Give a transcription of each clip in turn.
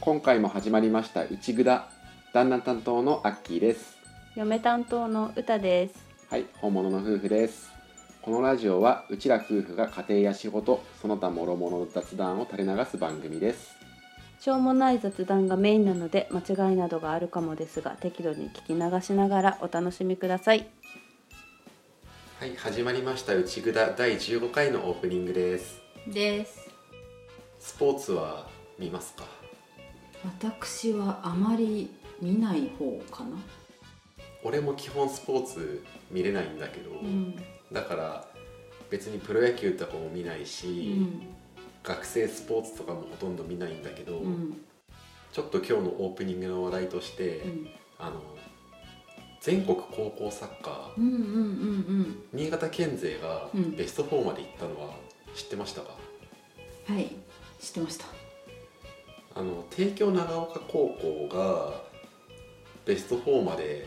今回も始まりました「うちぐだ」旦那担当のアッキーです嫁担当の歌ですはい本物の夫婦ですこのラジオはうちら夫婦が家庭や仕事その他諸々の雑談を垂れ流す番組ですしょうもない雑談がメインなので間違いなどがあるかもですが適度に聞き流しながらお楽しみくださいはい始まりました「うちぐだ」第15回のオープニングですですスポーツは見ますか私はあまり見ない方かな、俺も基本スポーツ見れないんだけど、うんだから別にプロ野球とかも見ないうし、ん学生スポーツとかもほとんど見ないんだけど、うんちょっと今日のオープニングの話題として、うんあの全国高校サッカうーんうん新潟県勢がうんベスト4まで行ったのは知ってましたか、うんはい知ってましたあの帝京長岡高校がベスト4まで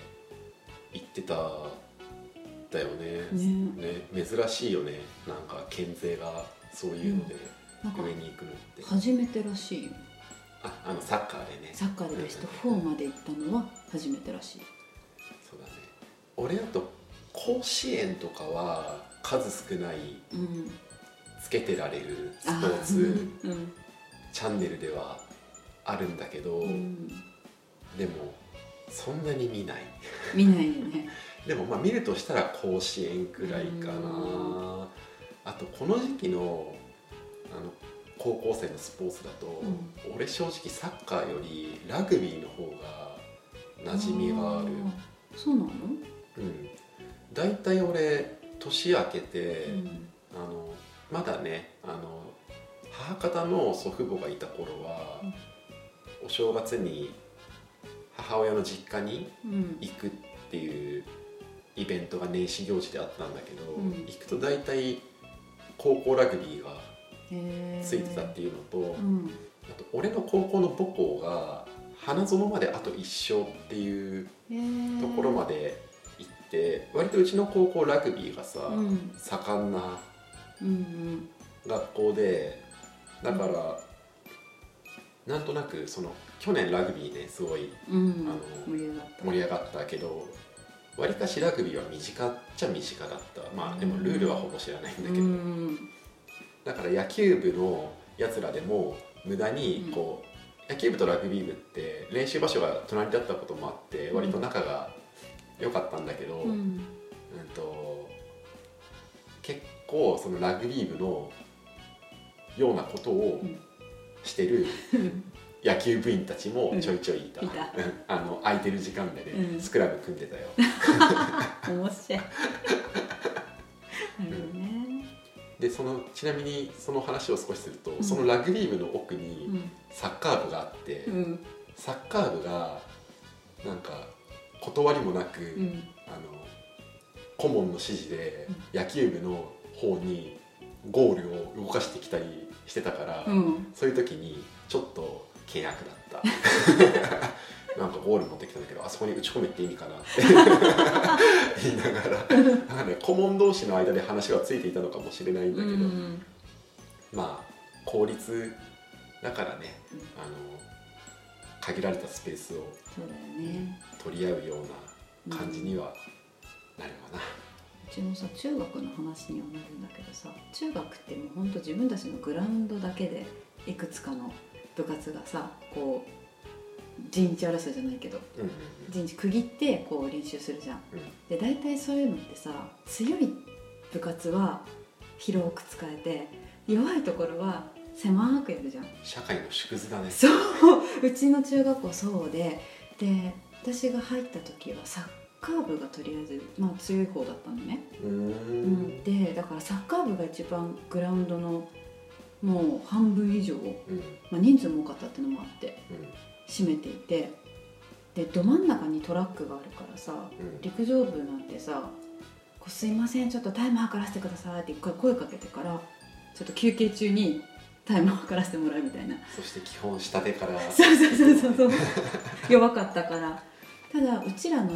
行ってただよねねね珍しいよねなんか県勢がそういうのでなんか上に行くのって、初めてらしいよああのサッカーでねサッカーでベスト4まで行ったのは初めてらしいそうだね俺だと甲子園とかは数少ないうんつけてられるスポあーツうんチャンネルではあるんだけど、うんでもそんなに見ない見ないよねでもまあ見るとしたら甲子園くらいかな、うあとこの時期のあの高校生のスポーツだと、う俺正直サッカーよりラグビーの方が馴染みがあるーそうなのうん大体、俺年明けて、うんあのまだねあの母方の祖父母がいた頃は、お正月に母親の実家にうん行くっていうイベントが年始行事であったんだけど、うん行くと大体高校ラグビーがへーついてたっていうのと、うんあと俺の高校の母校が花園まであと一生っていうへーところまで行って、割とうちの高校ラグビーがさ、うん盛んなうん学校でだから、なんとなくその去年ラグビーねすごいうんうんあの盛り上がった盛り上がったけどわりかしラグビーは身近っちゃ身近だったまあでもルールはほぼ知らないんだけど、うんだから野球部のやつらでも無駄にこう、野球部とラグビー部って練習場所が隣だったこともあって割と仲が良かったんだけど、 うんうんと結構そのラグビー部のようなことをうんしてる野球部員たちもちょいちょいいた,、うんいたうん あの空いてる時間でね、うんスクラム組んでたよ面白い。なるほどね。でそのちなみにその話を少しすると、んそのラグビー部の奥うにん。サッカー部があって、うん。サッカー部がなんか断りもなく、うん。あの顧問の指示でう野球部の方にゴールを動かしてきたりしてたから、うん。そういう時にちょっと険悪だった なんかゴール持ってきたんだけどあそこに打ち込めって意味かなって言いながらなんか、ね、顧問同士の間で話はついていたのかもしれないんだけど、うん。まあ効率だからねあの限られたスペースをそうだよね。取り合うような感じにはなるわな。うちもさ中学の話にはなるんだけどさ中学ってもうほんと自分たちのグラウンドだけでいくつかの部活がさこう陣地争いじゃないけどうんうん陣地区切ってこう練習するじゃんうんうんで大体そういうのってさ強い部活は広く使えて弱いところは狭くやるじゃん社会の縮図だねそううちの中学校そうでで私が入った時はサッカー部がとりあえず、まあ、強い方だったのね、うーんでだからサッカー部が一番グラウンドのもう半分以上、うんうんまあ、人数も多かったっていうのもあって占めていてでど真ん中にトラックがあるからさうん陸上部なんてさ「こうすいませんちょっとタイム測らせてください」って一回声かけてからちょっと休憩中にタイム測らせてもらうみたいなそして基本下手から そうそうそうそうそう弱かったからただうちらの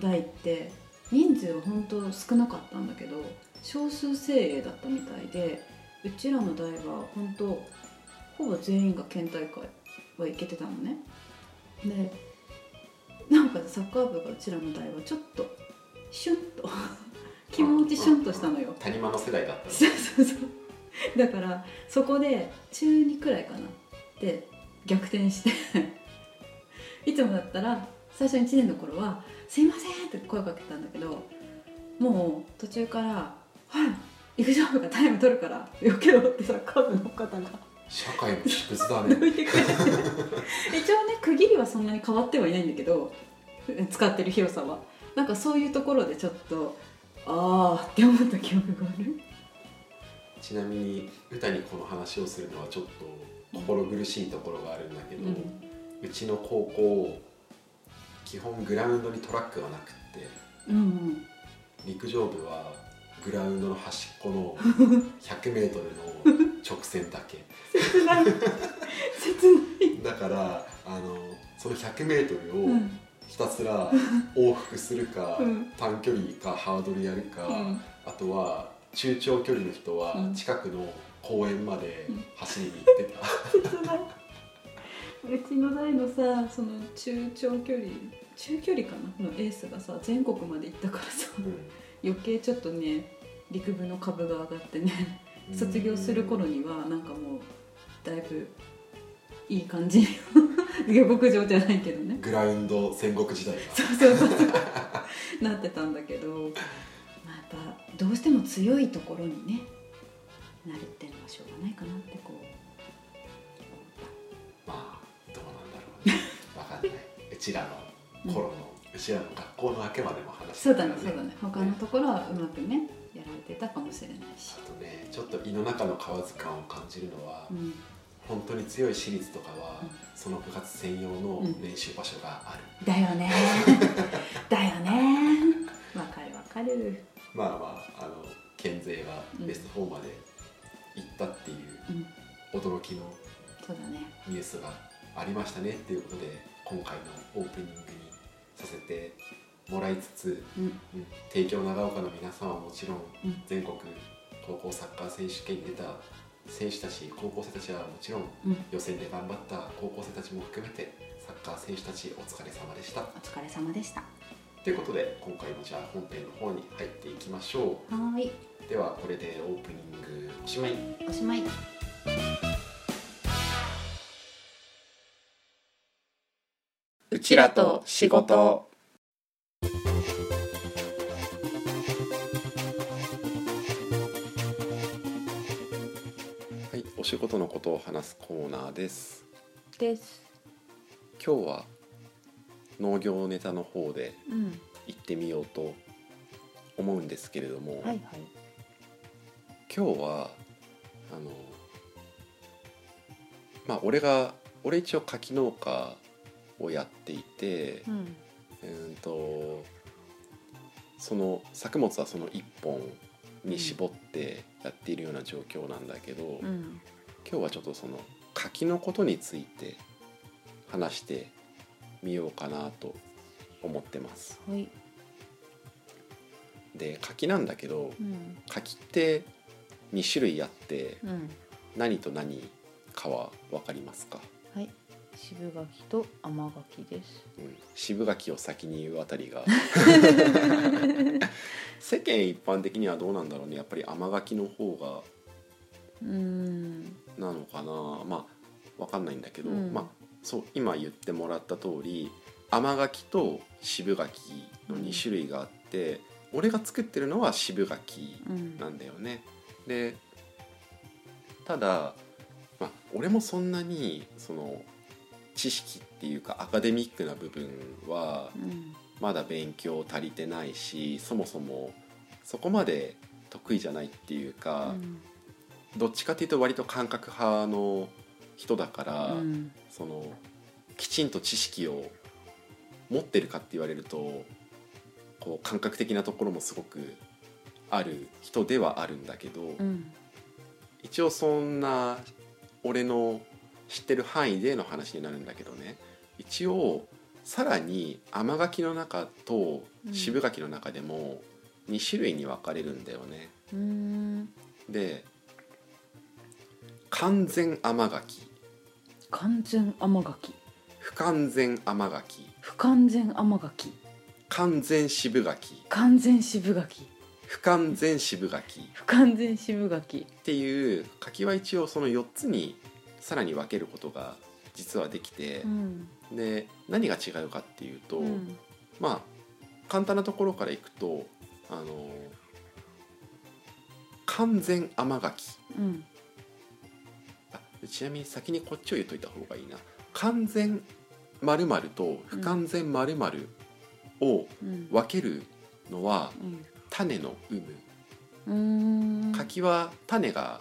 代って人数は本当少なかったんだけど少数精鋭だったみたいでうちらの代は本当ほぼ全員が県大会は行けてたのねでなんかサッカー部がうちらの代はちょっとシュンと 気持ちシュンとしたのよ谷間の世代だったんですそうそうそうだからそこで中2くらいかなで逆転して いつもだったら最初1年の頃は「すいません」って声かけたんだけどもう途中から「はい陸上部がタイム取るからよけろ」ってサッカー部の方が 社会の縮図だね抜いてくれて一応ね区切りはそんなに変わってはいないんだけど使ってる広さはなんかそういうところでちょっとああって思った記憶があるちなみに歌にこの話をするのはちょっと心苦しいところがあるんだけど、ううんちの高校基本グラウンドにトラックはなくってうんうん陸上部はグラウンドの端っこ の 100m の直線だけ切ない切ないだからあのその 100m うをんひたすら往復するか、うん短距離かハードルやるか、うんあとは中長距離の人うはん近くの公園までうん走りに行って た、切ないうちの代のさその中長距離中距離かなのエースがさ全国まで行ったからさ余計ちょっとね陸部の株が上がってねうん卒業する頃にはなんかもうだいぶいい感じ下克上じゃないけどねグラウンド戦国時代がそうそうそうそうなってたんだけど、まあ、やっぱどうしても強いところにねなるっていうのはしょうがないかなってこうまあどうなんだろうねわかんないう ちらの頃の、うちらの学校の明けまでも話してそうたかだらねそうだね他のところはうまくねやられてたかもしれないし、あとねちょっと胃の中の皮図感を感じるのは、うん、本当に強い私立とかは、うんその部活専用の練習場所がある、だよ ねだよねわかるわかる、まあまああの県勢がベスト4まで行ったっていううん、驚きのそうだねニュースがありましたねっていうことで今回のオープニングにさせてもらいつつ、うんうん帝京長岡の皆さんはもちろん、うん全国高校サッカー選手権に出た選手たち高校生たちはもちろんうん予選で頑張った高校生たちも含めてサッカー選手たちお疲れ様でした。お疲れ様でしたはということで今回もじゃあ本編の方に入っていきましょーいうではこれでオープニングおしまいおしまいうちらと仕事はいお仕事のことを話すコーナーですです今日は農業ネタの方でうん行ってみようと思うんですけれども、はいはい今日はあのまあ俺が俺一応柿農家をやっていて、うんうんとその作物はその1本に絞ってやっているような状況なんだけど、ん今日はちょっとその柿のことについて話してみようかなと思ってます。はいで柿なんだけどうん柿って2種類あってうん何と何かは分かりますか、はい、渋柿と甘柿です。うん、渋柿を先に言うあた りが世間一般的にはどうなんだろうねやっぱり甘柿の方がうーん、なのかなまあわかんないんだけど、うんまあそう今言ってもらった通り甘柿と渋柿の2種類があって、俺が作ってるのは渋柿うん、なんだよね。でただ、まあ、俺もそんなにその知識っていうかアカデミックな部分はうん、まだ勉強足りてないしそもそもそこまで得意じゃないっていううか、んどっちかっていうと割と感覚派の人だから、うんそのきちんと知識を持ってるかって言われるとこう感覚的なところもすごくある人ではあるんだけど、うん一応そんな俺の知ってる範囲での話になるんだけどね一応さらに甘柿の中と渋柿の中でも2種類に分かれるんだよね。うんで完全甘柿完全甘柿不完全甘柿不完全甘柿完全渋柿完全渋柿不完全渋柿っ不完全渋柿ていう柿は一応その4つにさらに分けることが実はできてう、んで何が違うかっていうと、うんまあ簡単なところからいくとあの完全甘柿うんあちなみに先にこっちを言っといた方がいいな完全〇〇と不完全〇〇をうん分けるのはうん種の有う無ん柿は種が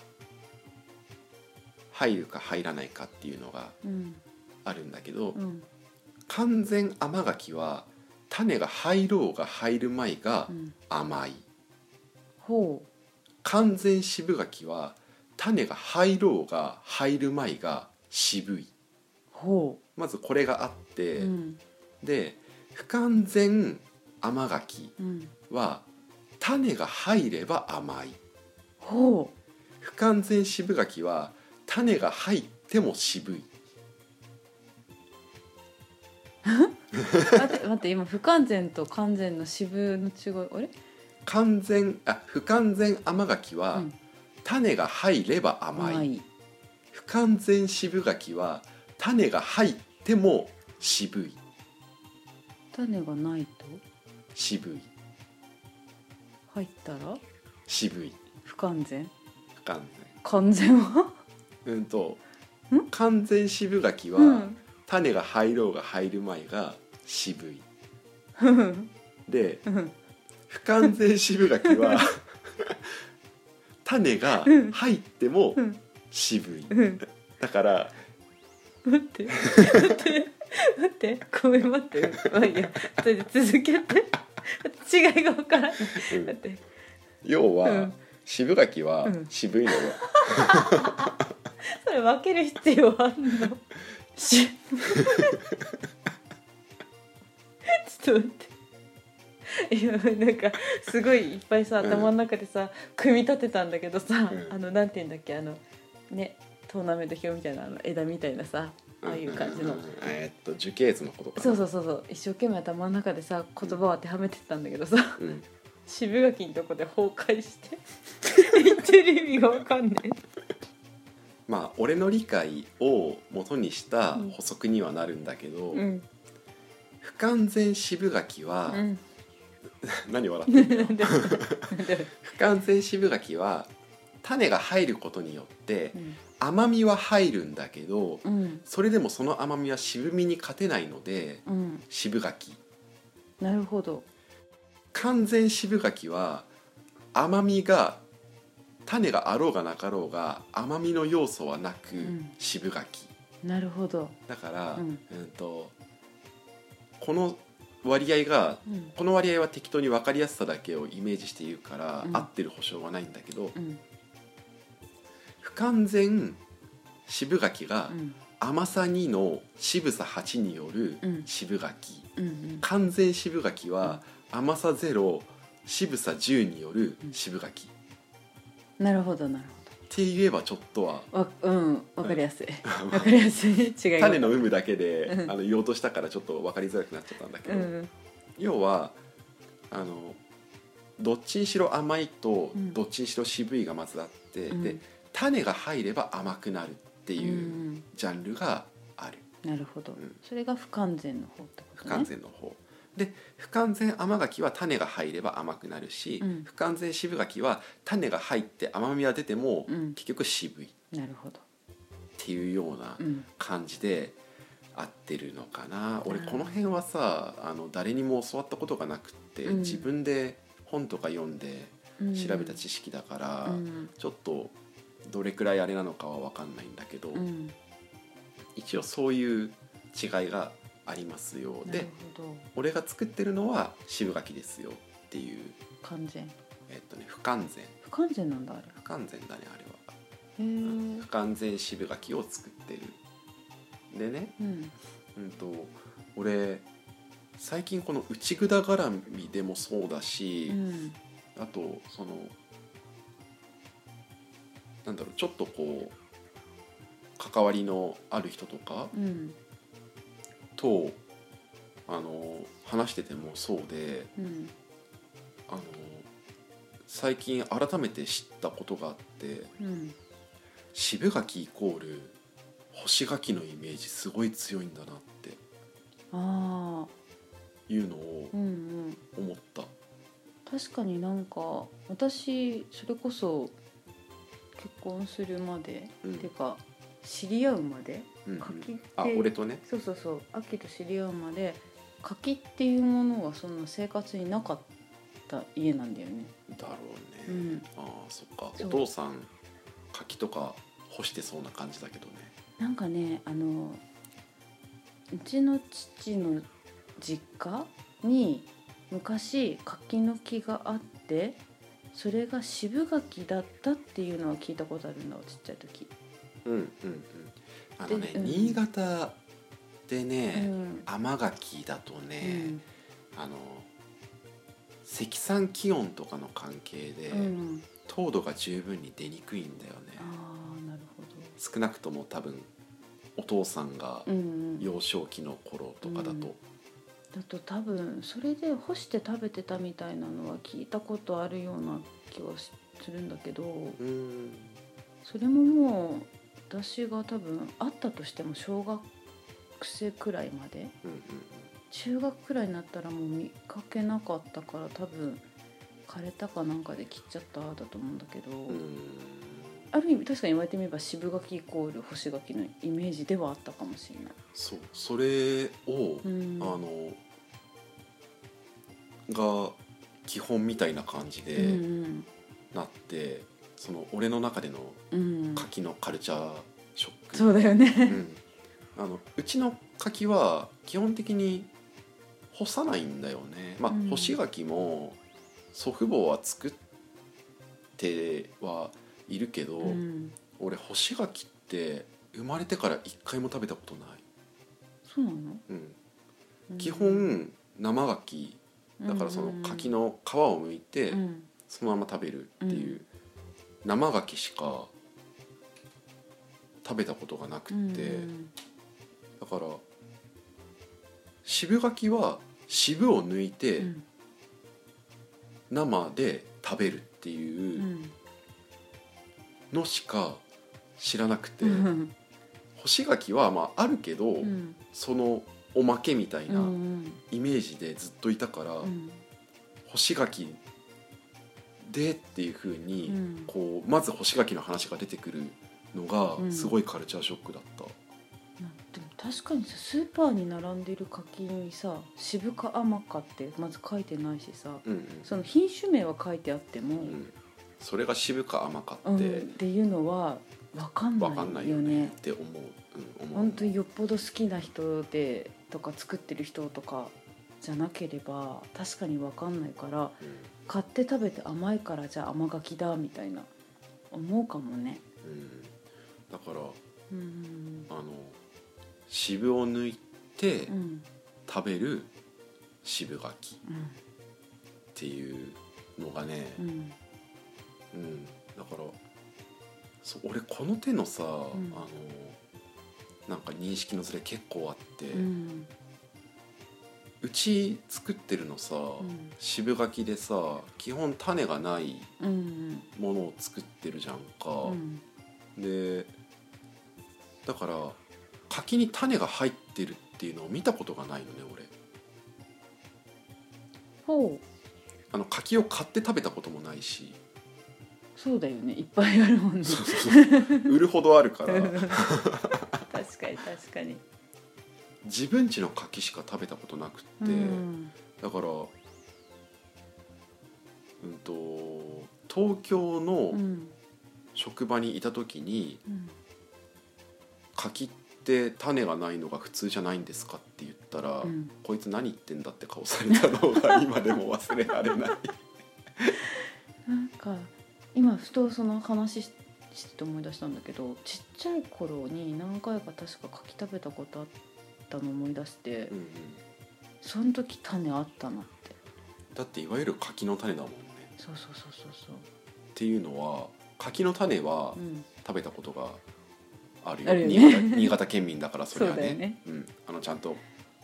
入るか入らないかっていうのがうんあるんだけどうん完全甘柿は種が入ろうが入るまいがうん甘いほ完全渋柿は種が入ろうが入るまいが渋いうほまずこれがあっうて、うんで不完全甘柿うんは種が入れば甘いほう不完全渋柿は種が入っても渋い待って待って今不完全と完全の渋の違いあれ完全あ不完全甘柿は、うん種が入れば甘い不完全渋柿は種が入っても渋い種がないと渋い入ったら渋い不完全不完完全は、全うんとん完全渋柿は、うん、種が入ろうが入る前が渋いでうん不完全渋柿 は種が入ってもうん渋いうんだから待って待って待ってごめん待ってまあいいやそれで続けて違いが分からないうん待って要は、うん渋柿はうん渋いのよ、それ分ける必要あんのしちょっと待っていやなんかすごいいっぱいさうん頭の中でさ、組み立てたんだけどさ、うんあのなんて言うんだっけあのねトーナメント表みたいなあの枝みたいなさ ああいう感じの、うんうんうんえーっと樹形図のことかなそうそうそうそう一生懸命頭の中でさ言葉を当てはめてたんだけどさ、うん渋柿のとこで崩壊して言ってる意味が分かんねまあ俺の理解を元にした補足にはなるんだけど、えうん不完全渋柿うは、ん何笑って なるんでなんで不完全渋柿は種が入ることによってうん甘みは入るんだけどうんそれでもその甘みは渋みに勝てないのでうん渋柿なるほど完全渋柿は甘みが種があろうがなかろうが甘みの要素はなくん渋柿なるほど、だから、うんうんとこの割合がうんこの割合は適当に分かりやすさだけをイメージして言うから、うん合ってる保証はないんだけど、うん不完全渋柿がうん甘さ2の渋さ8によるうん渋柿、うんうん、完全渋柿は甘さ0渋さ10による渋柿、なるほどなるって言えばちょっとはほどわうんわかりやすいわかりやすい違いが種の有無だけで、うんあの言おうとしたからちょっと分かりづらくなっちゃったんだけうど、ん要はあのどっちにしろ甘いとうんどっちにしろ渋いがまずあって、うんで種が入れば甘くなるってうんういうんジャンルがある。なるほど、んそれが不完全の方ってことね不完全の方、で不完全甘柿は種が入れば甘くなるし、うん不完全渋柿は種が入って甘みは出ても、うん結局渋いっなるほどていうようなうん感じで合ってるのかな、俺うんこの辺はさあの誰にも教わったことがなくって、うん自分で本とか読んでうん調べた知識だから、うんちょっとどれくらいあれなのかは分かんないんだけど、うん一応そういう違いがありますよなるでほど俺が作ってるのは渋柿ですよっていう、完全えっとね、不完全不完全なんだあれ不完全だねあれは、へえ不完全渋柿を作ってるでねうんうんと俺最近この内ぐだ絡みでもそうだし、うんあとそのなんだろうちょっとこう関わりのある人とかうんとあの話しててもそうでうんあの最近改めて知ったことがあってうん渋柿イコール干し柿のイメージすごい強いんだなってああいうのをうんうん思った。確かになんか私それこそ結婚するまで、うんてか知り合うまでうんうん柿ってあ俺とねそうそうそう秋と知り合うまで柿っていうものがそんな生活になかった家なんだよね。だろうね、うんああそっかそうお父さん柿とか干してそうな感じだけどねなんかねあのうちの父の実家に昔柿の木があってそれが渋柿だったっていうのは聞いたことあるんだわちっちゃい時。うんうんうんあのね、でうん新潟でうね、ん甘柿だとうね、んあの積算気温とかの関係で、うん糖度が十分に出にくいんだよねああなるほど。少なくとも多分お父さんがうんうん、幼少期の頃とかだと、だと多分それで干して食べてたみたいなのは聞いたことあるような気はしするんだけどうーんそれももう私が多分あったとしても小学生くらいまでうんうん中学くらいになったらもう見かけなかったから多分枯れたかなんかで切っちゃっただと思うんだけど、うんうーんある意味確かに言われてみれば渋柿イコール干し柿のイメージではあったかもしれない。そうそれを、うんあのが基本みたいな感じうでんなって、その俺の中でのうんうん、柿のカルチャーショック、そうだよね。うんあのうちの柿は基本的に干さないんだよね、まあうん干し柿も祖父母は作ってはいるけど、うん、俺干し柿って生まれてから一回も食べたことない、そうなのうん、うん基本生柿だからその柿の皮を剥いてうんそのまま食べるっていう生柿しか食べたことがなくうんうんてうんだから渋柿は渋を抜いうてん生で食べるってういうんのしか知らなくてうん干し柿はまああるけどうんそのおまけみたいうんうなんイメージでずっといたからうん干し柿でっていうふうに、うんこうまず干し柿の話が出てくるのうがんすごいカルチャーショックだった、まあでも確かにさスーパーに並んでる柿にさ渋か甘かってまず書いてないしさうんうんその品種名は書いてあっても、うんそれが渋か甘かうんっってていうのは分かん分かんなないいよよねっね。て思う,、うん、思う本当によっぽど好きな人でとか作ってる人とかじゃなければ確かに分かんないからうん買って食べて甘いからじゃあ甘柿だみたいな思うかもね。うんだからうんあの渋を抜いてうん食べる渋柿っうんていうのがね、うんうん、だからそう俺この手のさ、んあのなんか認識のズレ結構あって、ううんち作ってるのさ、ん渋柿でさ基本種がないうんものを作ってるじゃんうか、んでだから柿に種が入ってるっていうのを見たことがないのね俺ほうあの柿を買って食べたこともないしそうだよねいっぱいあるもんね。そうそうそう売るほどあるから確かに確かに。自分家の柿しか食べたことなくって。うんだからうんと東京のうん職場にいた時にうん「柿って種がないのが普通じゃないんですか?」って言ったら、うんこいつ何言ってんだって顔されたのが今でも忘れられないなんか今ふとその話ししてて思い出したんだけどちっちゃい頃に何回か確か柿食べたことあったの思い出して、うんうんその時種あったなってだっていわゆる柿の種だもんねそうそうそうそうそうっていうのは柿の種はうん食べたことがあるよ,、あるよね新潟新潟県民だからそれはそうだねよねうん、あのちゃんと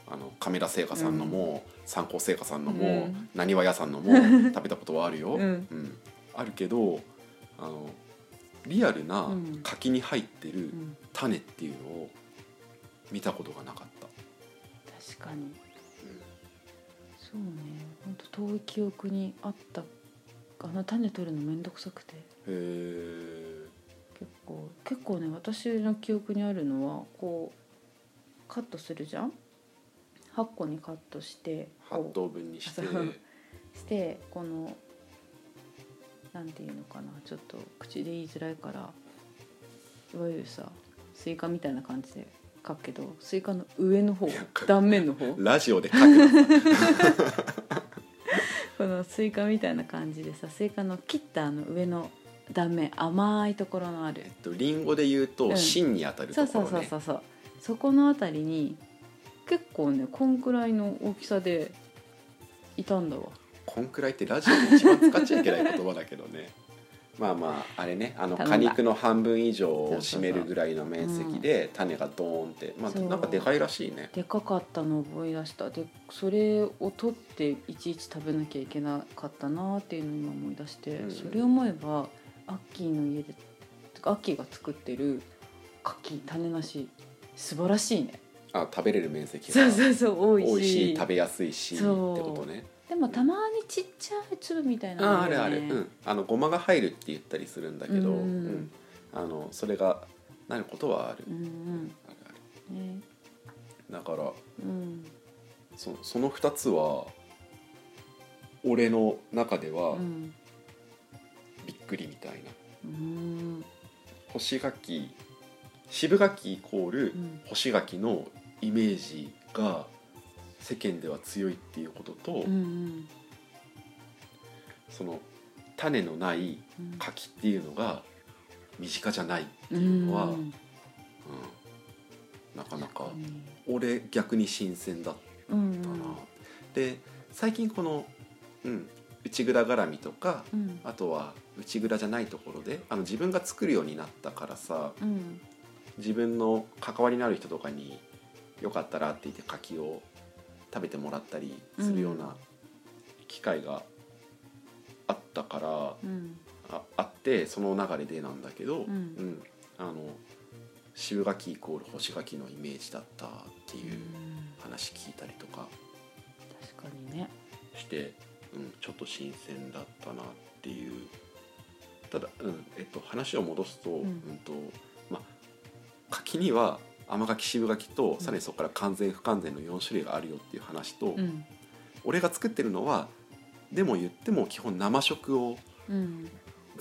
あの亀田製菓さんのも、三幸製菓さんのうもんなにわ屋さん のも食べたことはあるよ、うんあるけどあのリアルなうん柿に入ってるうん種っていうのを見たことがなかった、確かにそうねほんと遠い記憶にあったあの種取るのめんどくさくてへえ結構結構ね私の記憶にあるのはこうカットするじゃん8個にカットして8等分にしてあそうしてこのなんていうのかなちょっと口で言いづらいからいわゆるさスイカみたいな感じで書くけどスイカの上の方いや書く断面の方ラジオで書くのこのスイカみたいな感じでさスイカの切ったあの上の断面甘いところのあるえっとリンゴで言ううとん芯に当たるそとうそこうそろうねそうそうそこの辺りに結構ねこんくらいの大きさでいたんだわこんくらいってラジオで一番使っちゃいけない言葉だけどね まあまああれねあの頼ん果だ肉の半分以上を占めるぐらいの面積で種がドーンって、まあ、そうなんかでかいらしいねでかかったのを思い出したでそれを取っていちいち食べなきゃいけなかったなっていうのを今思い出して、うんそれを思えばアッキーの家でアッキーが作ってる柿種なし素晴らしいねあ食べれる面積そがうそうそう多い美し味しい食べやすいしってそうことねでもたまにちっちゃい粒みたいなあのあるある、よねうん、あのごまが入るって言ったりするんだけど、うんうんあのそれがなることはある,、うんあるあるうんねだからうんそその2つは俺の中でうはんびっくりみたいな。うん干し柿渋柿イコールうん干し柿のイメージが世間では強いっていうことと、うんその種のないうん柿っていうのが身近じゃない、うんはうんうんなかなか俺逆に新鮮だっうんたな、で最近この、うん、内蔵絡みとかうんあとは内蔵じゃないところであの自分が作るようになったからさうん自分の関わりのある人とかによかったらって言って柿を食べてもらったりするよううんな機会があったから、うんああってその流れでなんだけど、うんんあの渋柿イコール干し柿のイメージだったってういうん話聞いたりとか確かにねして、うん、ちょっと新鮮だったなっていうただ、うんえっと、話を戻すと,、うんんとまあ、柿には甘柿渋柿とさらにそこから完全不完全の4種類があるよっていう話と、うん俺が作ってるのはでも言っても基本生食をうん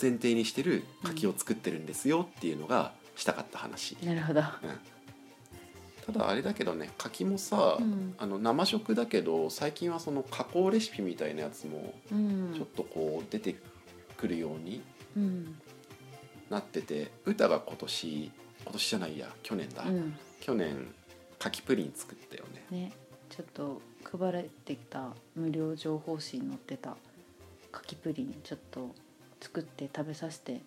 前提にしてる柿を作ってるんですよっていうのがしたかった話、なるほどただあれだけどね柿もさ、うんあの生食だけど最近はその加工レシピみたいなやつもうんちょっとこう出てくるようにうんなってて歌が今年今年じゃないや去年だ、うん去年柿プリン作ったよねねちょっと配られてきた無料情報誌に載ってた柿プリンちょっと作って食べさせて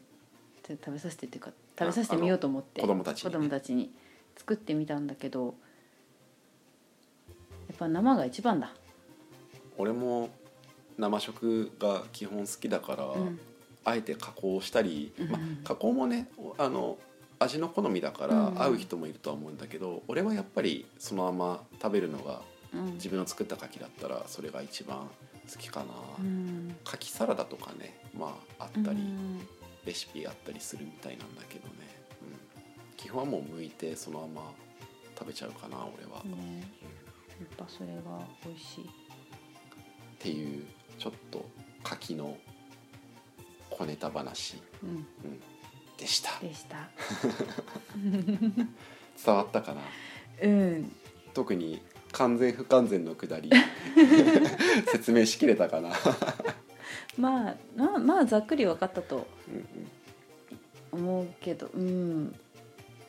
て食べさせてっていうか食べさせてみようと思って子供たち子にね、供たちに作ってみたんだけどやっぱ生が一番だ俺も生食が基本好きだから、うんあえて加工したり、うんまあ、加工もねあの味の好みだかうらん合う人もいるとは思うんだけど、俺はやっぱりそのまま食べるのがうん自分の作った柿だったらそれが一番好きかな、うん柿サラダとかねまああったり、うんレシピあったりするみたいなんだけどね、うん、基本はもう剥いてそのまま食べちゃうかな俺は、っねやっぱそれが美味しいていうちょっと柿の小ネタ話、うんうん、でしたでした。伝わったかなうん。特に完全不完全のく だり説明しきれたかなまあまあまあざっくり分かったとうんうん思うけど、うん。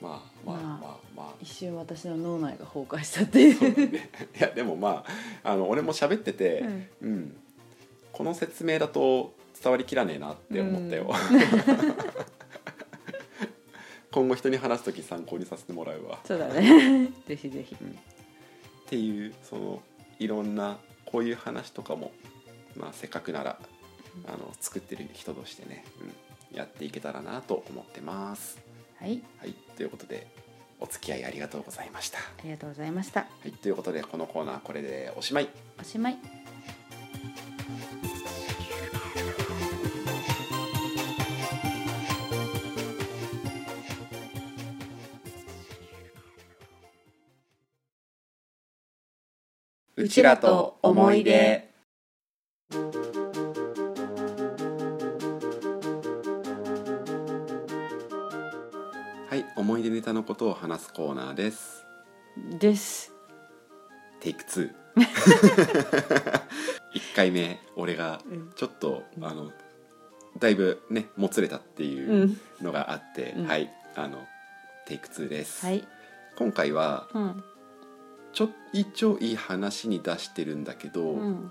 まあまあまあまあまあ一瞬私の脳内が崩壊したっていう。そうだねいやでもまああの俺も喋ってて、うんうんこの説明だと伝わりきらねえなって思ったよ、う 今後人に話す時参考にさせてもらうわっそうだね。ぜひぜひ。ていうそのいろんなこういう話とかも、まあ、せっかくならあの作ってる人としてね、うん、やっていけたらなと思ってます。はい、はい、ということでお付き合いありがとうございました。ありがとうございました。はい、ということでこのコーナーこれでおしまい。おしまい。うちらと思い出。はい、思い出ネタのことを話すコーナーです。です。テイク2 一回目俺がうんちょっと、あのだいぶねもつれたっていううん。のがあって、うんはいあのテイク2です、はい。今回はうん。ちょいちょい話に出してるんだけど、ううん。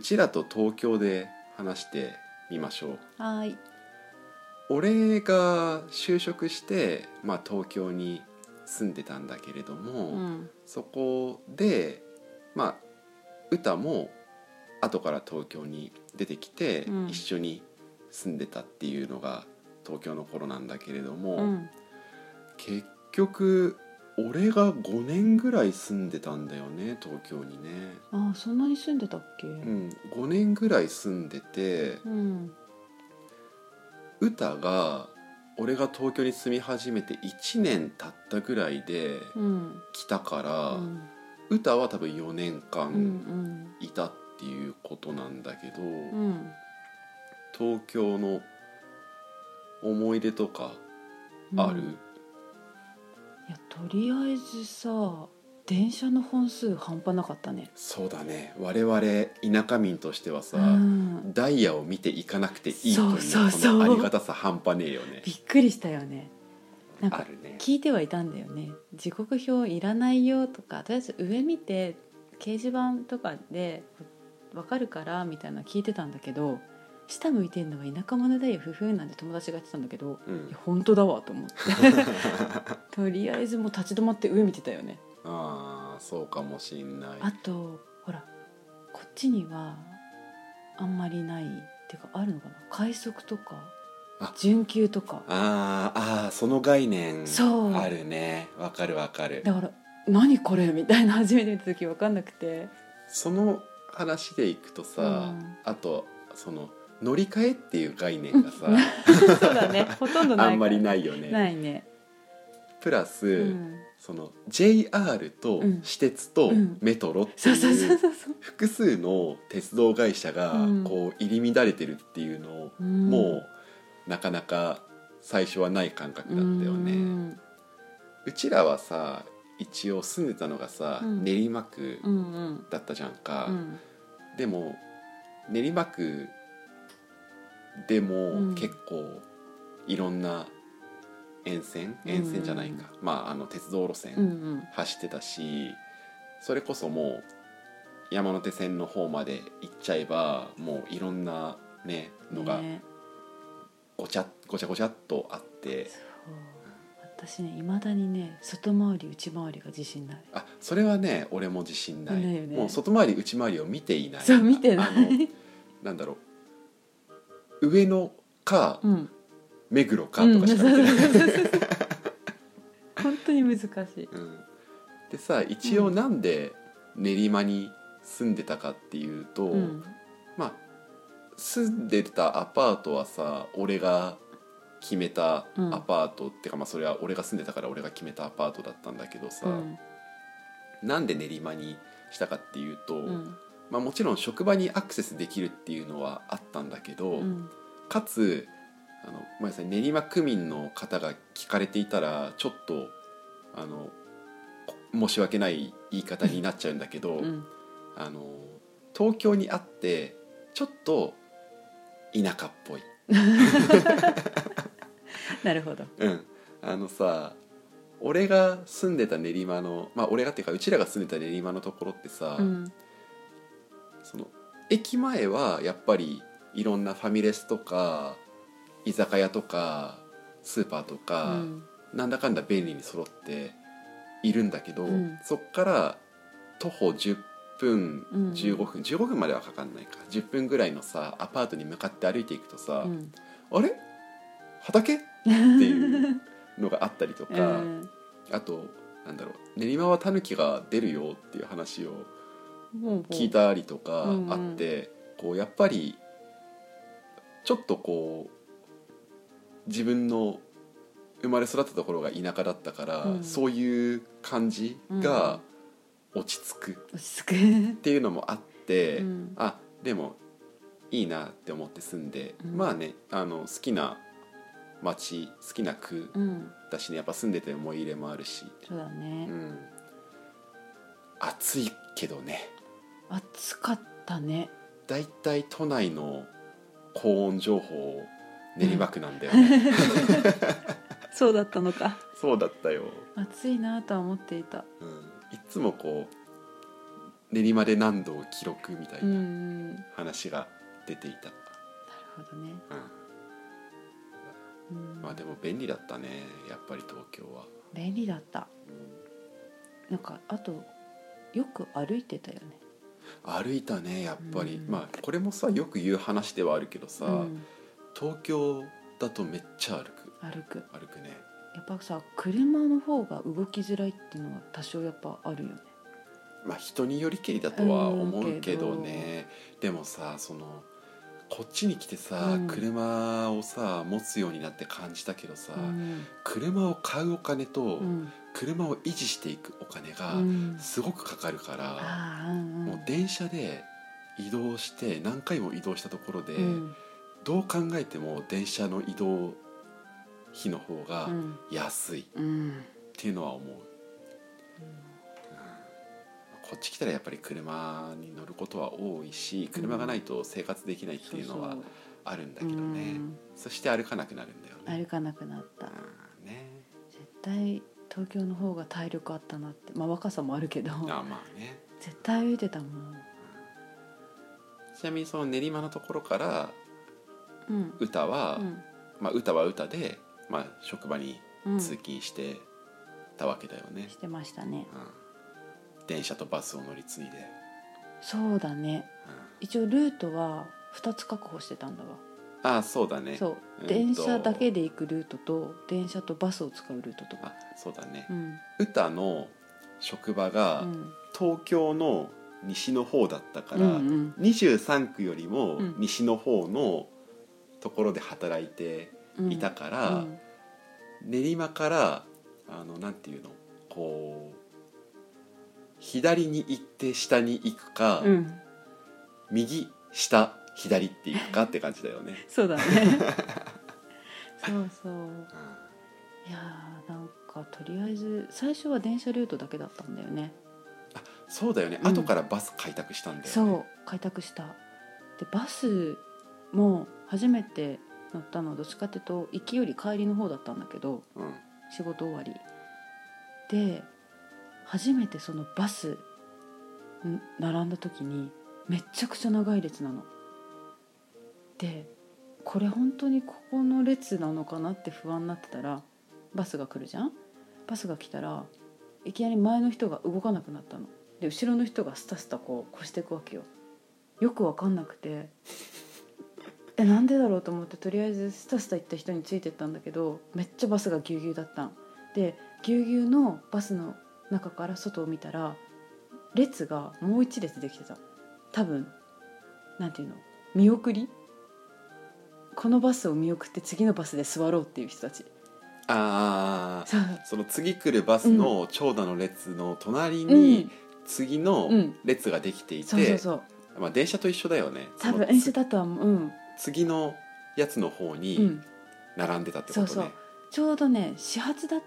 ちらと東京で話してみましょうはーい。俺が就職して、まあ、東京に住んでたんだけれども、うん。そこでまあ歌も後から東京に出てきて、うん一緒に住んでたっていうのが東京の頃なんだけれども、うん。結局俺が5年ぐらい住んでたんだよね東京にね、ああ、そんなに住んでたっけ。うん、5年ぐらい住んでてうん。歌が俺が東京に住み始めて1年経ったぐらいでうん。来たから、うん。歌は多分4年間、うん。いたっていうことなんだけど、うん。東京の思い出とかある、うんいや、とりあえずさ。電車の本数半端なかったね。そうだね我々田舎民としてはさ、うん。ダイヤを見ていかなくていいというそうそうそうこのありがたさ半端ねえよねびっくりしたよね。なんあか。るね聞いてはいたんだよね時刻表いらないよとかとりあえず上見て掲示板とかでわかるからみたいなの聞いてたんだけど下向いてんのは田舎者だよふふんなんて友達が言ってたんだけどういんや、本当だわと思って とりあえずもう立ち止まって上見てたよねああそうかもしんないあとほらこっちにはあんまりないっていうかあるのかな快速とかあ準急とかあーあーその概念そうあるねわかるわかるだから何これみたいな初めて見た時わかんなくて その話でいくとさ、うんあとその乗り換えっていう概念がさそうだね。 ほとんどないから。あんまりなないよいねね。プラス、うん。その JR とうん私鉄とうんメトロってそうそういそううそうそう。複数の鉄道会社がうんこう入り乱れてるっていうのを、もうなかなか最初はない感覚だったよね、ううんちらはさ一応住んでたのがさ、うん練馬区うんうん。だったじゃんか、うんでも練馬区でうもん結構いろんな沿線沿線じゃないか、まああの鉄道路うんう線ん走ってたし、それこそもう山手線の方まで行っちゃえばもういろんなねのがねごちゃごちゃごちゃっとあって、そう私ね、未だにね、外回り内回りが自信ない。あそれはね俺も自信ないないよねもう外回り内回りを見ていないそう見てなあのい。なんだろう上野かうん。目黒かうとんかしか見てない、本当に難しい。うんでさ一応なんで練馬に住んでたかっていうと、うん。まあ住んでたアパートはさ俺が決めたアパート、ってかまあそれは俺が住んでたから俺が決めたアパートだったんだけどさ、うんなんで練馬にしたかっていうと、うんまあ、もちろん職場にアクセスできるっていうのはあったんだけど、うんかつあの前さ練馬区民の方が聞かれていたらちょっとあのこ申し訳ない言い方になっちゃうんだけど、うんあの東京にあってちょっと田舎っぽい。なるほどうん、あのさ俺が住んでた練馬のまあ俺がっていうかうちらが住んでた練馬のところってさ、うんその駅前はやっぱりいろんなファミレスとか居酒屋とかスーパーとうか、んなんだかんだ便利に揃っているんだけど、うんそっから徒歩10分うん15分、15分まではかかんないか10分ぐらいのさアパートに向かって歩いていくとさ、うんあれ畑っていうのがあったりと うか、んあとなんだろう練馬はタヌキが出るよっていう話を聞いたりとかうんうんあって、こうやっぱりちょっとこう自分の生まれ育ったところが田舎だったから、うんそういう感じが落ち着くっ落ち着くていうのもあって、うんあでもいいなって思って住んで、うんまあねあの好きな町好きな区うんだしねやっぱ住んでて思い入れもあるし、そうだうねん、暑いけどね暑かったねだいたい都内の高温情報を練馬区なんだよ ね、そうだったのかそうだったよ、暑いなとは思っていたうん、いつもこう練馬で何度を記録みたいうんうなんなる話が出ていた、ほどね、う、うんんまあでも便利だったねやっぱり東京は、便利だったなんかあとよく歩いてたよね歩いたねやっぱり、うんまあこれもさよく言う話ではあるけどさ、うん、東京だとめっちゃ歩く歩く歩くねやっぱさ車の方が動きづらいっていうのは多少やっぱあるよねまあ人によりけりだとは思うけどね、でもさそのこっちに来てさ、うん車をさ持つようになって感じたけどさ、うん車を買うお金とうん車を維持していくお金がうんすごくかかるから、ああうんもう電車で移動して何回も移動したところで、うんどう考えても電車の移動費の方がうん安いっうんていうのは思う、こっち来たらやっぱり車に乗ることは多いし車がないと生活できないっていうのはそうあるんだそうけどね、うんそして歩かなくなるんだよね歩かなくなったうんね絶対東京の方が体力あったなってまあ若さもあるけどあまあね絶対歩いてたもんちなみにその練馬のところからうん歌は、うんまあ歌は歌で、まあ、職場にうん通勤してたわけだよねし、てましたねうん電車とバスを乗り継いで、そうだねうん一応ルートは2つ確保してたんだわああそうだねそううんと電車だけで行くルートと電車とバスを使うルートとかあそうだねうん歌の職場がうん東京の西の方だったかうら、ん23区よりもうん西の方のところで働いてうんいたから、うん練馬からあのなんていうのこう左に行って下に行くか、うん右下左って行くかって感じだよね。そうだ ねそうそういやーなんかとりあえず最初は電車ルートだけだったんだよねそうだよね、うん後からバス開拓したんだよね。そう開拓したでバスも初めて乗ったのはどっちかっていうと行きより帰りの方だったんだけどうん仕事終わりで初めてそのバスん並んだ時にめちゃくちゃ長い列なの。でこれ本当にここの列なのかなって不安になってたらバスが来るじゃんバスが来たらいきなり前の人が動かなくなったの。で後ろの人がスタスタこう越していくわけよ。よく分かんなくてえなんでだろうと思ってとりあえずスタスタ行った人についてったんだけどめっちゃバスがぎゅうぎゅうだったんでぎゅうぎゅうのバスの中から外を見たら列がもう一列できてた多分なんていうの見送りこのバスを見送って次のバスで座ろうっていう人たちああそうその次来るバスの長蛇の列の隣うにん次のうん列ができていそうそてう、そうまあ、電車と一緒だよね多その分つ演習だとは思ううん次のやつの方うにん並んでたってことねそうそうちょうどね始発だっ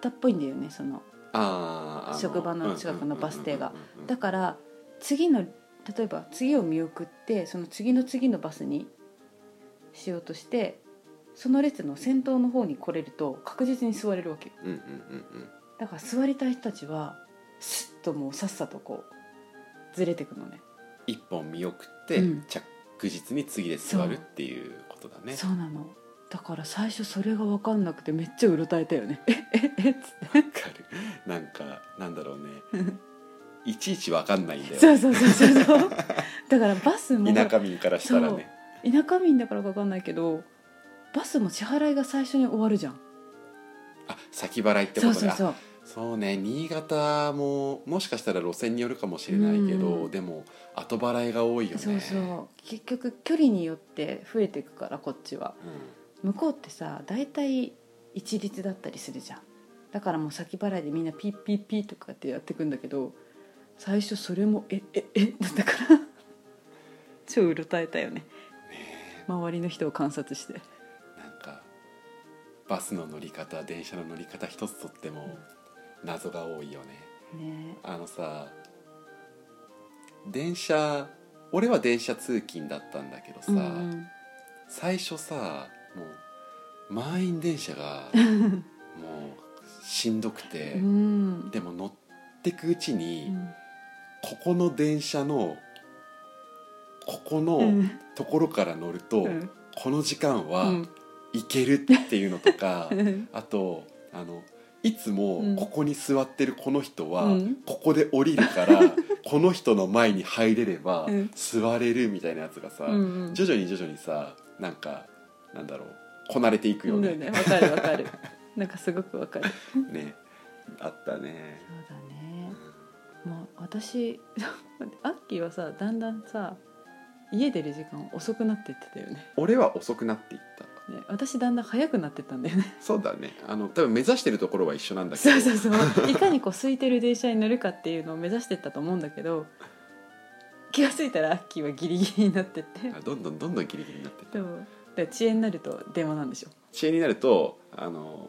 たっぽいんだよねそのあーあ職場の近くのバス停がだかから次の例えば次を見送ってその次の次のバスにしようとしてその列の先頭の方に来れると確実に座れるわけよらうんうんうんだから座りたい人たちはスッともうさっさとこうずれてくのね一本見送ってうん着実に次で座るっていうことだねそうなのだから最初それが分かんなくてめっちゃうろたえたよねえええっつっわかるなんかなんだろうね いちいちわかんないんだてよそうそうそうそうそうだからバスも田舎民からしたらね田舎民だからか分かんないけどバスも支払いが最初に終わるじゃんあ先払いってこそとうだそうそうそうね新潟ももしかしたら路線によるかもしれないけど、うんでも後払いが多いよねそうそう結局距離によって増えていくからこっちはう向こうってさ大体一律だったりするじゃんだからもう先払いでみんなピッピッピッとかってやってくんだけど最初それもえええだったから 超うろたえたよねんね周りの人を観察してえなんかバスの乗り方電車の乗り方一つとっても謎が多いよねねあのさ電車俺は電車通勤だったんだけどうさ、んうん最初さもう満員電 車がもうしんどくて、うんでも乗ってくうちに、うんここの電車のここうのんところから乗ると、うんこの時間うはん行けるっていうのとか、うんあとあのいつうんもここに座ってるこの人は、うんここで降りるから この人の前に入れればうん座れるみたいなやつが さ、うん徐々に徐々にさなんかなんだろうこなれていくよだね。よねわかるわかるなんかすごくわかるねあったね。そうだうねんまあ私 アッキーはさだんだんさ家出る時間遅くなってってたよね俺は遅くなっていったね私だんだん早くなってったんだよ ねそうだねあの多分目指してるところは一緒なんだけどそうそうそういかにこう空いてる電車に乗るかっていうのを目指してったと思うんだけど気が付いたらアッキーはギリギリになってってあどんどんどんどんギリギリになってそるうだから遅延になると電話なんでしょ遅延になると「あの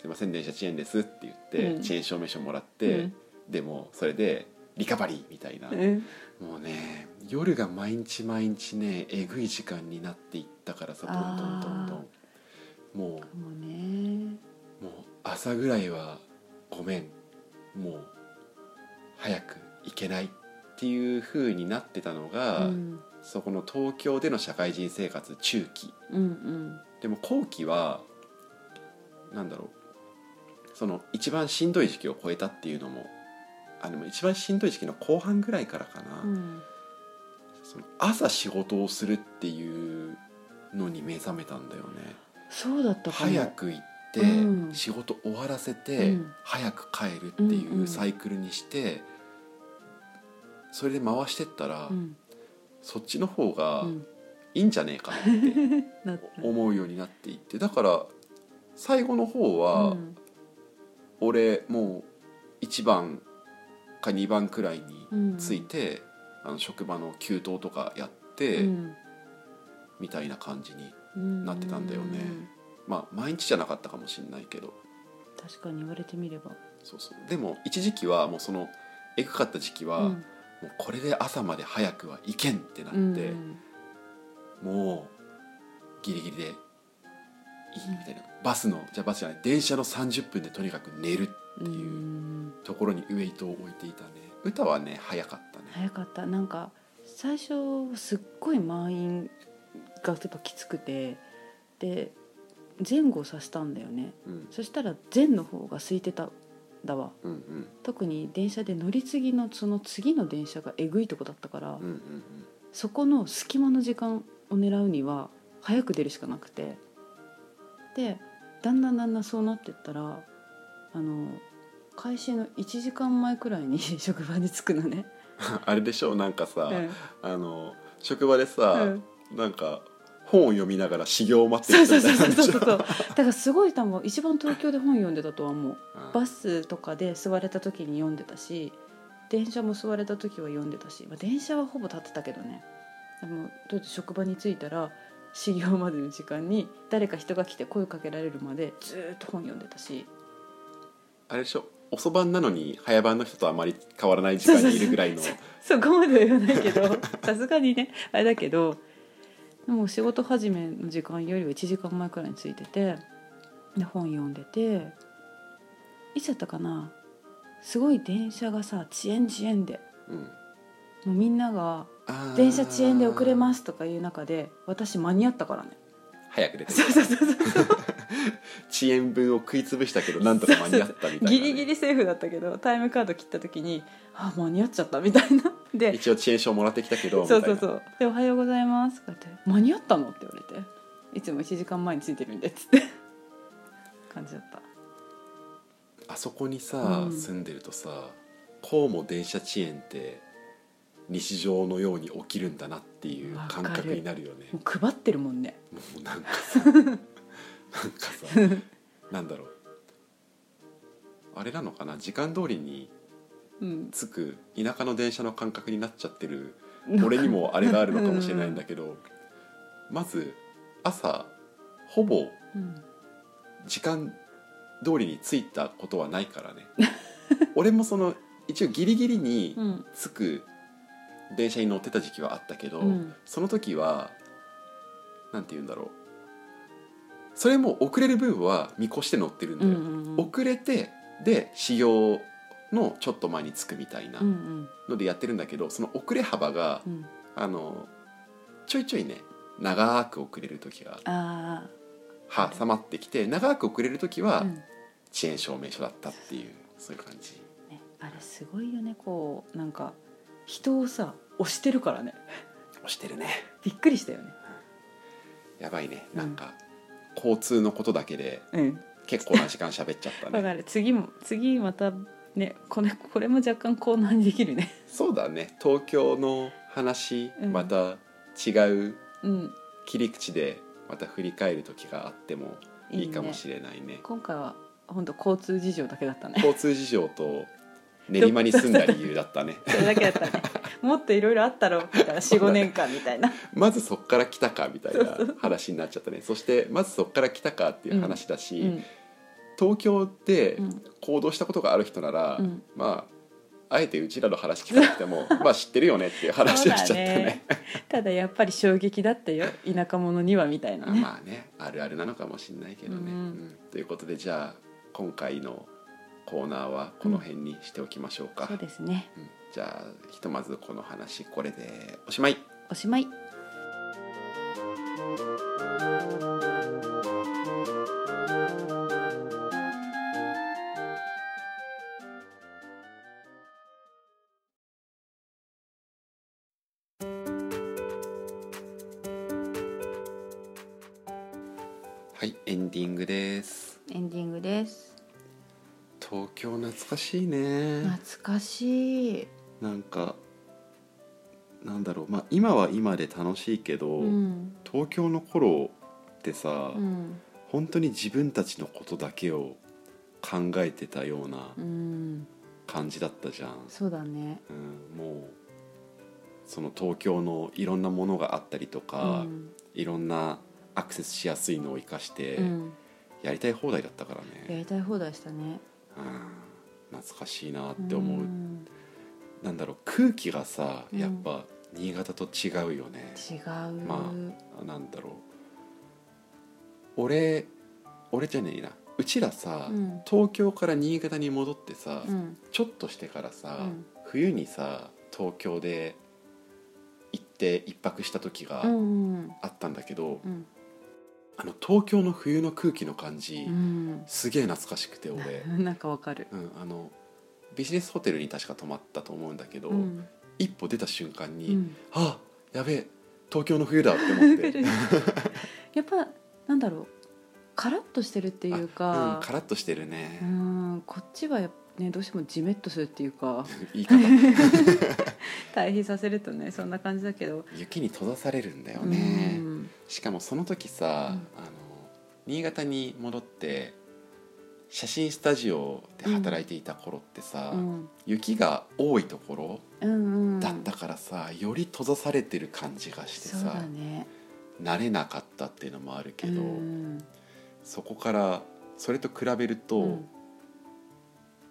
すいません電車遅延です」って言って、うん遅延証明書もらって、うんでもそれでリカバリーみたいな、うんもうね夜が毎日毎日ねえぐい時間になっていったからさどんどんどんどんももうねうもう朝ぐらいは「ごめんもう早く行けない」っていう風になってたのが、うんそこの東京での社会人生活中期うんでも後期はなんだろうその一番しんどい時期を超えたっていうのもあでも一番しんどい時期の後半ぐらいからかな、うんうんその朝仕事をするっていうのに目覚めたんだよねそうだったかも早く行って、うん仕事終わらせて、うん早く帰るっていんうううんサイクルにして、それで回してったら、うんそっちの方がうんいいんじゃねえかなってなった思うようになっていってだから最後の方はうん俺もう1番か2番くらいうんについて、あの職場の給湯とかやって、うんみたいな感じにうんなってたんだよねまあ毎日じゃなかったかもしれないけど確かに言われてみればそうそうでも一時期はもうそのえぐかった時期は、うんもうこれで朝まで早くは行けんってなって、うんもうギリギリでいいみたいな、バスのじゃあバスじゃない電車の30分でとにかく寝るうっていうんところにウエイトを置いていたね歌はね早かったね、早かったなんか最初すっごい満員がやっぱきつくてで前後させたんだよねうんそしたら前の方が空いてたんだわうんうん特に電車で乗り継ぎのその次の電車がえぐいとこだったから、うんうん そこの隙間の時間を狙うには早く出るしかなくてでだんだんだんだんそうなってったらあの開始の1時間前くらいに 職場に着くのね。うんあれでしょなんかさ、うんあの職場でさ、うんなんか本を読みながら修行を待ってそうるそうそう人みたそいうそうなんでしそょうだからすごい多分一番東京で本読んでたとは思ううんバスとかで座れた時に読んでたし電車も座れた時は読んでたし、まあ、電車はほぼ立ってたけどねでもとりあえず職場に着いたら始業までの時間に誰か人が来て声かけられるまでずーっと本読んでたしあれでしょ遅番なのに早番の人とあまり変わらない時間にいるぐらいのそうそこまでは言わないけどさすがにねあれだけどでも仕事始めの時間よりは1時間前くらいについててで本読んでていつだったかなすごい電車がさ遅延遅延でうんもうみんながあ「ー電車遅延で遅れます」とかいう中で私間に合ったからね 早く出てそうそうそうそう遅延分を食い潰したけどなんとか間に合ったみたいなね、ギリギリセーフだったけどタイムカード切った時に「あ間に合っちゃった」みたいなで一応遅延証もらってきたけどみたそいうなそうそう「でおはようございます」とか言って「間に合ったの?」って言われて「いつも1時間前についてるんで」っつって感じだったあそこにさ、うん住んでるとさこうも電車遅延って日常のように起きるんだなっていうわか感る覚になるよねもう配ってるもんねもうなんかさなんかさなんだろうあれなのかな時間通りにうん着く田舎の電車の感覚になっちゃってる俺にもあれがあるのかもしれないんだけどまず朝ほぼうん時間通りに着いたことはないからね俺もその一応ギリギリにうん着く電車に乗ってた時期はあったけど、うんその時はなんて言うんだろうそれも遅れる分は見越して乗ってるんだうよ、んうんうん遅れてで始業のちょっと前に着くみたいなうんうんのでやってるんだけど、その遅れ幅が、うんあのちょいちょいね長く遅れる時があ挟まってきて長く遅れる時あは、うん遅延証明書だったっていうそういう感じねあれすごいよねこうなんか人をさ押してるからね押してるねびっくりしたよねやばいねうんなんか、交通のことだけでうん結構な時間喋っち ゃっただねから次も次またねこれこれも若干コーナーにできるねそうだね東京の話、うんまた違ううん切り口でまた振り返る時があってもいいかもしれないね今回は本当交通事情だけだったね 交通事情と練馬に住んだ理由だっ たねそれだけだったねもっといろいろあったろうだから45年間みたい なまずそっから来たかみたいな話になっちゃったねそしてまずそっから来たかっていう話だし、うん東京ってうん行動したことがある人なら、うんまああえてうちらの話聞かなく てもまあ知ってるよねっていう話をしちゃったねただやっぱり衝撃だったよ田舎者にはみたいなあねまあねあるあるなのかもしれないけどね、うんうんということでじゃあ今回のコーナーはこの辺にしておきましょうか、そうですねうんじゃあひとまずこの話これでおしまいおしまいはいエンディングですエンディングです東京懐かしいね、懐かしいなんかなんだろうまあ今は今で楽しいけど、うん東京の頃ってさ、うん本当に自分たちのことだけを考えてたようなうん感じだったじゃん、そうだねうん、もうその東京のいろんなものがあったりとうか、んいろんなアクセスしやすいのを生かしてうんやりたい放題だったからやね、りたい放題したねうん、懐かしいなって思う、んなんだろう空気がさうんやっぱ新潟と違うよね、違うまあなんだろう俺俺じゃねえなうちらさ、うん東京から新潟に戻ってさ、うんちょっとしてからさ、うん冬にさ東京で行って一泊した時がうんあったんだけど、うんあの東京の冬の空気の感じ、うん すげえ懐かしくて俺、うんなんかわかるうん、あのビジネスホテルに確か泊まったと思うんだけど、うん一歩出た瞬間に、うんあやべえ東京の冬だって 思って。やっぱなんだろうカラッとしてるっていうあかん、カラッとしてるね、うんこっちはやっぱねどうしてもジメッとするっていうか 言い方対比させるとねそんな感じだけど、雪に閉ざされるんだよね、うんしかもその時さ、うあの新潟に戻って写真スタジオで働いていた頃ってさ、うん雪が多いところうんうんだったからさより閉ざされてる感じがしてそうださ、ね慣れなかったっていうのもあるけど、うんそこからそれと比べると、うん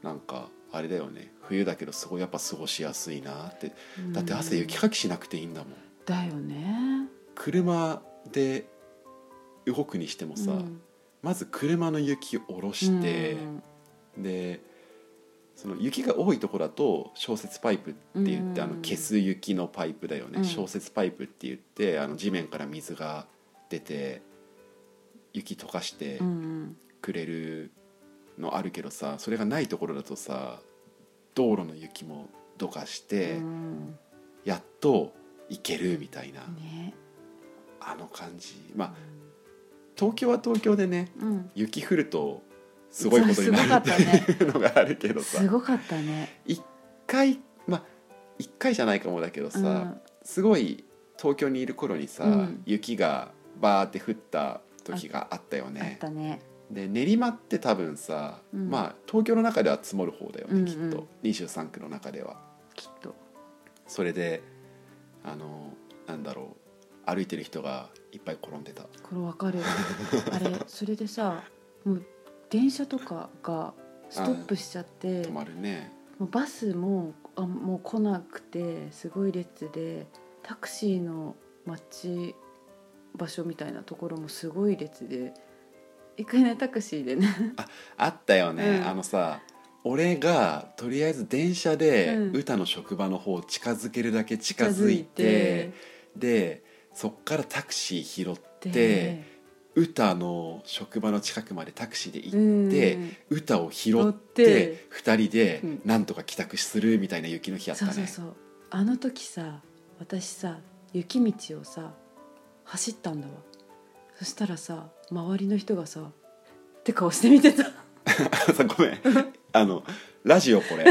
なんかあれだよね冬だけどすごいやっぱ過ごしやすいなってうんだって朝雪かきしなくていいんだもんだよね車で動くにしてもさ、うんまず車の雪を下ろして、うんでその雪が多いところだと消雪パイプって言って、うんあの消す雪のパイプだよね、うん消雪パイプって言ってあの地面から水が出て雪溶かしてうんくれるのあるけどさそれがないところだとさ道路の雪もどかして、うんやっと行けるみたいな、ねあの感じまあ東京は東京でねうん雪降るとすごいことになるそうってすごかったねいうのがあるけどさすごかったね一回まあ一回じゃないかもだけどさ、うんすごい東京にいる頃にさ、うん雪がバーって降った時があったよあねっ。たねで練馬って多分さ、うんまあ東京の中では積もる方だよね、うんうんきっと23区の中では。きっとそれであのなんだろう歩いてる人がいっぱい転んでた。これわかる あれそれでさもう電車とかがストップしちゃって止まるね。もうバスもあもう来なくてすごい列でタクシーの待ち場所みたいなところもすごい列で一回ねタクシーでねあったようね、んあのさ俺がとりあえず電車でうん歌の職場の方を近づけるだけ近近づづいいてて、でそっからタクシー拾ってで歌の職場の近くまでタクシーで行うっんて、歌を拾っ拾って二人でうんなんとか帰宅するみたいな雪の日あったそうね。そう そうあの時さ私さ雪道をさ走ったんだわそしたらさ周りの人がさって顔して見てたさごめんあのラジオ これ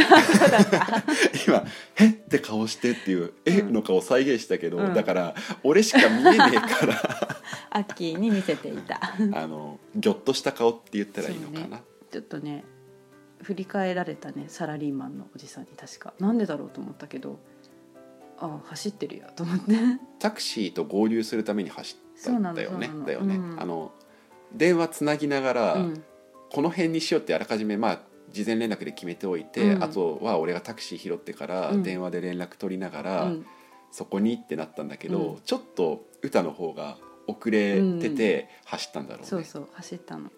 今「へっ?」て顔してっていう「えうんの顔再現したけど、うんだから俺しか見えねえからアッキーに見せていたあのぎょっとした顔って言ったらいいのかそうな、ねちょっとね振り返られたねサラリーマンのおじさんに確かなんでだろうと思ったけどああ走ってるやと思ってタクシーと合流するために走ったんだよねそうなのそうなのだよね、うんあの電話つなぎながら、うんこの辺にしようってあらかじめまあ事前連絡で決めておいて、うんあとは俺がタクシー拾ってからうん電話で連絡取りながら、うんそこにってなったんだけど、うんちょっと歌の方が遅れてて走ったんだろうね、そうそう走ったの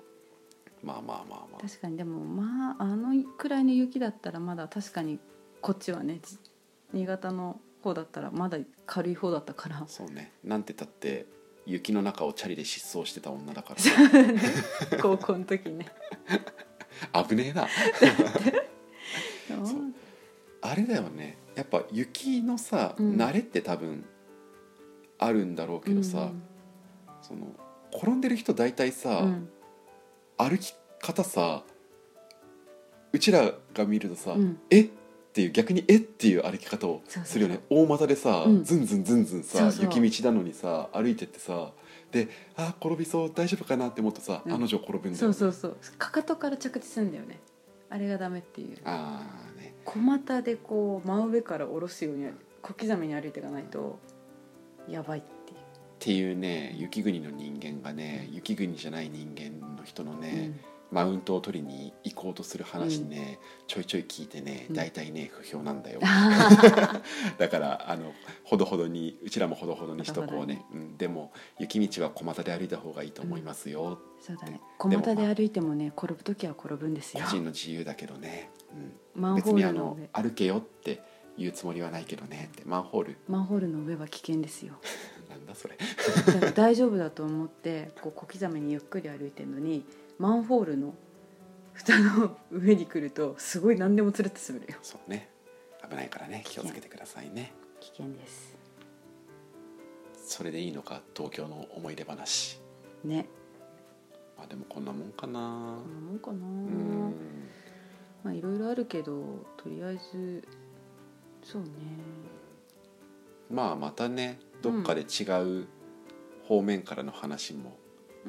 まあまあまあまあ確かにでもまああのくらいの雪だったらまだ確かにこっちはねじ新潟の方だったらまだ軽い方だったからそうねなんてたって雪の中をチャリで失踪してた女だか 高校の時ねら危ねえなそうそうあれだよねやっぱ雪のさ、うん慣れって多分あるんだろうけどさ、その転んでる人大体さ、うんうん歩き方さうちらが見るとさ、うんえっていう逆にえっていう歩き方をそうそうそうするよね大股でさ、うんずんずんずんずんさそうそう雪道なのにさ歩いてってさであー転びそう大丈夫かなって思うとさ、うんあの女転ぶんだよねそうそうそうかかとから着地するんだよねあれがダメっていうああね小股でこう真上から下ろすように小刻みに歩いていかないとやばいっていうっていうね雪国の人間がね雪国じゃない人間の人のね、マウントを取りに行こうとする話ね、ちょいちょい聞いてねうん大体ね不評なんだよ、う だからあのほどほどにうちらもほどほどにしとこうね、うん、でも雪道は小股で歩いた方がいいと思いますよ、んそうだね小股で歩いてもね転ぶ時は転ぶんですよ個人の自由だけどね、マうンん、別ホにーあルのの上歩けよって言うつもりはないけどねってマンホール マンホールの上は危険ですよなんだそれだから 大丈夫だと思ってこう小刻みにゆっくり歩いてるのにマンホールの蓋の上に来るとすごい何でも連れて滑るよそうね危ないからね気をつけてくださいね危険ですそれでいいのか東京の思い出話ねまあでもこんなもんかなこんなもんかなうんまあいろいろあるけどとりあえずそうねまあまたねどっかで違う方面からの話も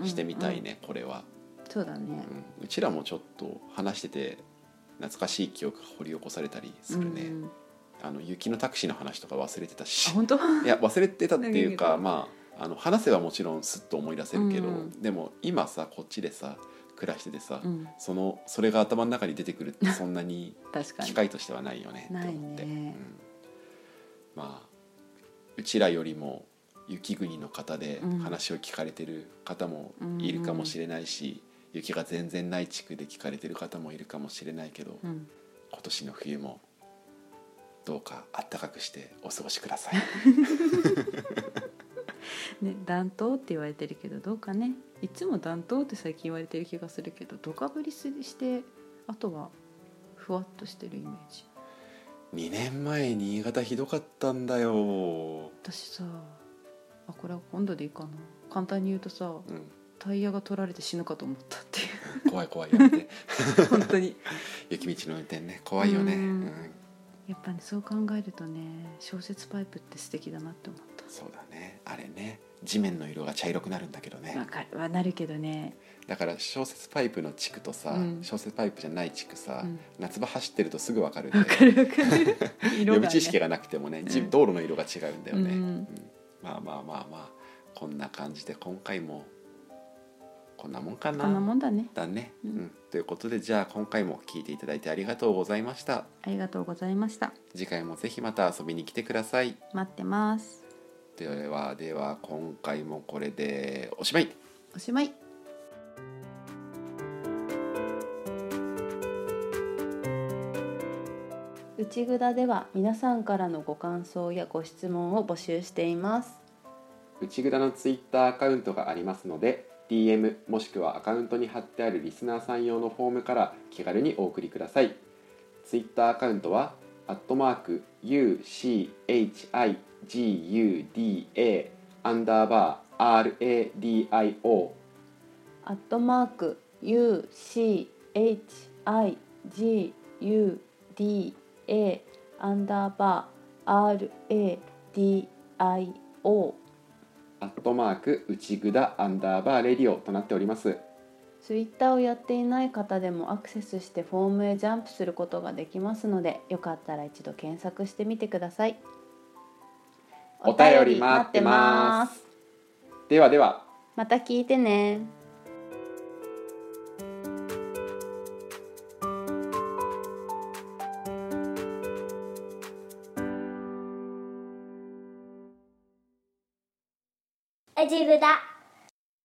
してみたい、ね、これは、うんうんそうだねうん、うちらもちょっと話してて懐かしい記憶が掘り起こされたりするね、うん、あの雪のタクシーの話とか忘れてたしあ本当いや忘れてたっていう投げ かてたまああの話せばもちろんすっと思い出せるけど、うんうんでも今さこっちでさ暮らしててさ、うん、そのそれが頭の中に出てくるってそんなに確か機に会としてはないよねって思って、ないねうんまあうちらよりも雪国の方でうん話を聞かれてる方もいるかもしれないし、雪が全然ない地区で聞かれてる方もいるかもしれないけど、うん、今年の冬もどうかあったかくしてお過ごしくだ さい。ね暖冬って言われてるけどどうかねいつも暖冬って最近言われてる気がするけどドカぶりすしてあとはふわっとしてるイメージ2年前新潟ひどかったんだよ、私さあこれは今度でいいかな簡単に言うとさうん、タイヤが取られて死ぬかと思ったってい怖い怖いや めてう本当に雪道の運転ね怖いよね、ううんんやっぱねそう考えるとね小説パイプって素敵だなって思ったそうだねあれね地面の色が茶色くなるんだけどわねかるわなるけどね、だから小雪パイプの地区とさ、うん小雪パイプじゃない地区さ、 うん夏場走ってるとすぐ分かるんわだかよるわかる予色が、備ね、知識がなくてもね、じうん道路の色が違うんだようね、んうんまあまあまあまあこんな感じで今回もこんなもんかこんなもんだねだね、ううんんということでじゃあ今回も聞いていただいてありがとうございましたありがとうございました次回もぜひまた遊びに来てください待ってますではでは今回もこれでおしまいおしまい内ぐだでは皆さんからのご感想やご質問を募集しています内蔵のツイッターアカウントがありますので DM もしくはアカウントに貼ってあるリスナーさん用のフォームから気軽にお送りくださいツイッターアカウントは「アットマーク #UCHIGUDA アンダーバー RADIO」アットマーク U C H I G U D A アンダーバー R A D I O アットマーク内ぐだアンダーバーレディオとなっておりますツイッターをやっていない方でもアクセスしてフォームへジャンプすることができますのでよかったら一度検索してみてくださいお便り待ってお便り待っまてますではではまた聞いてねうちぐだ。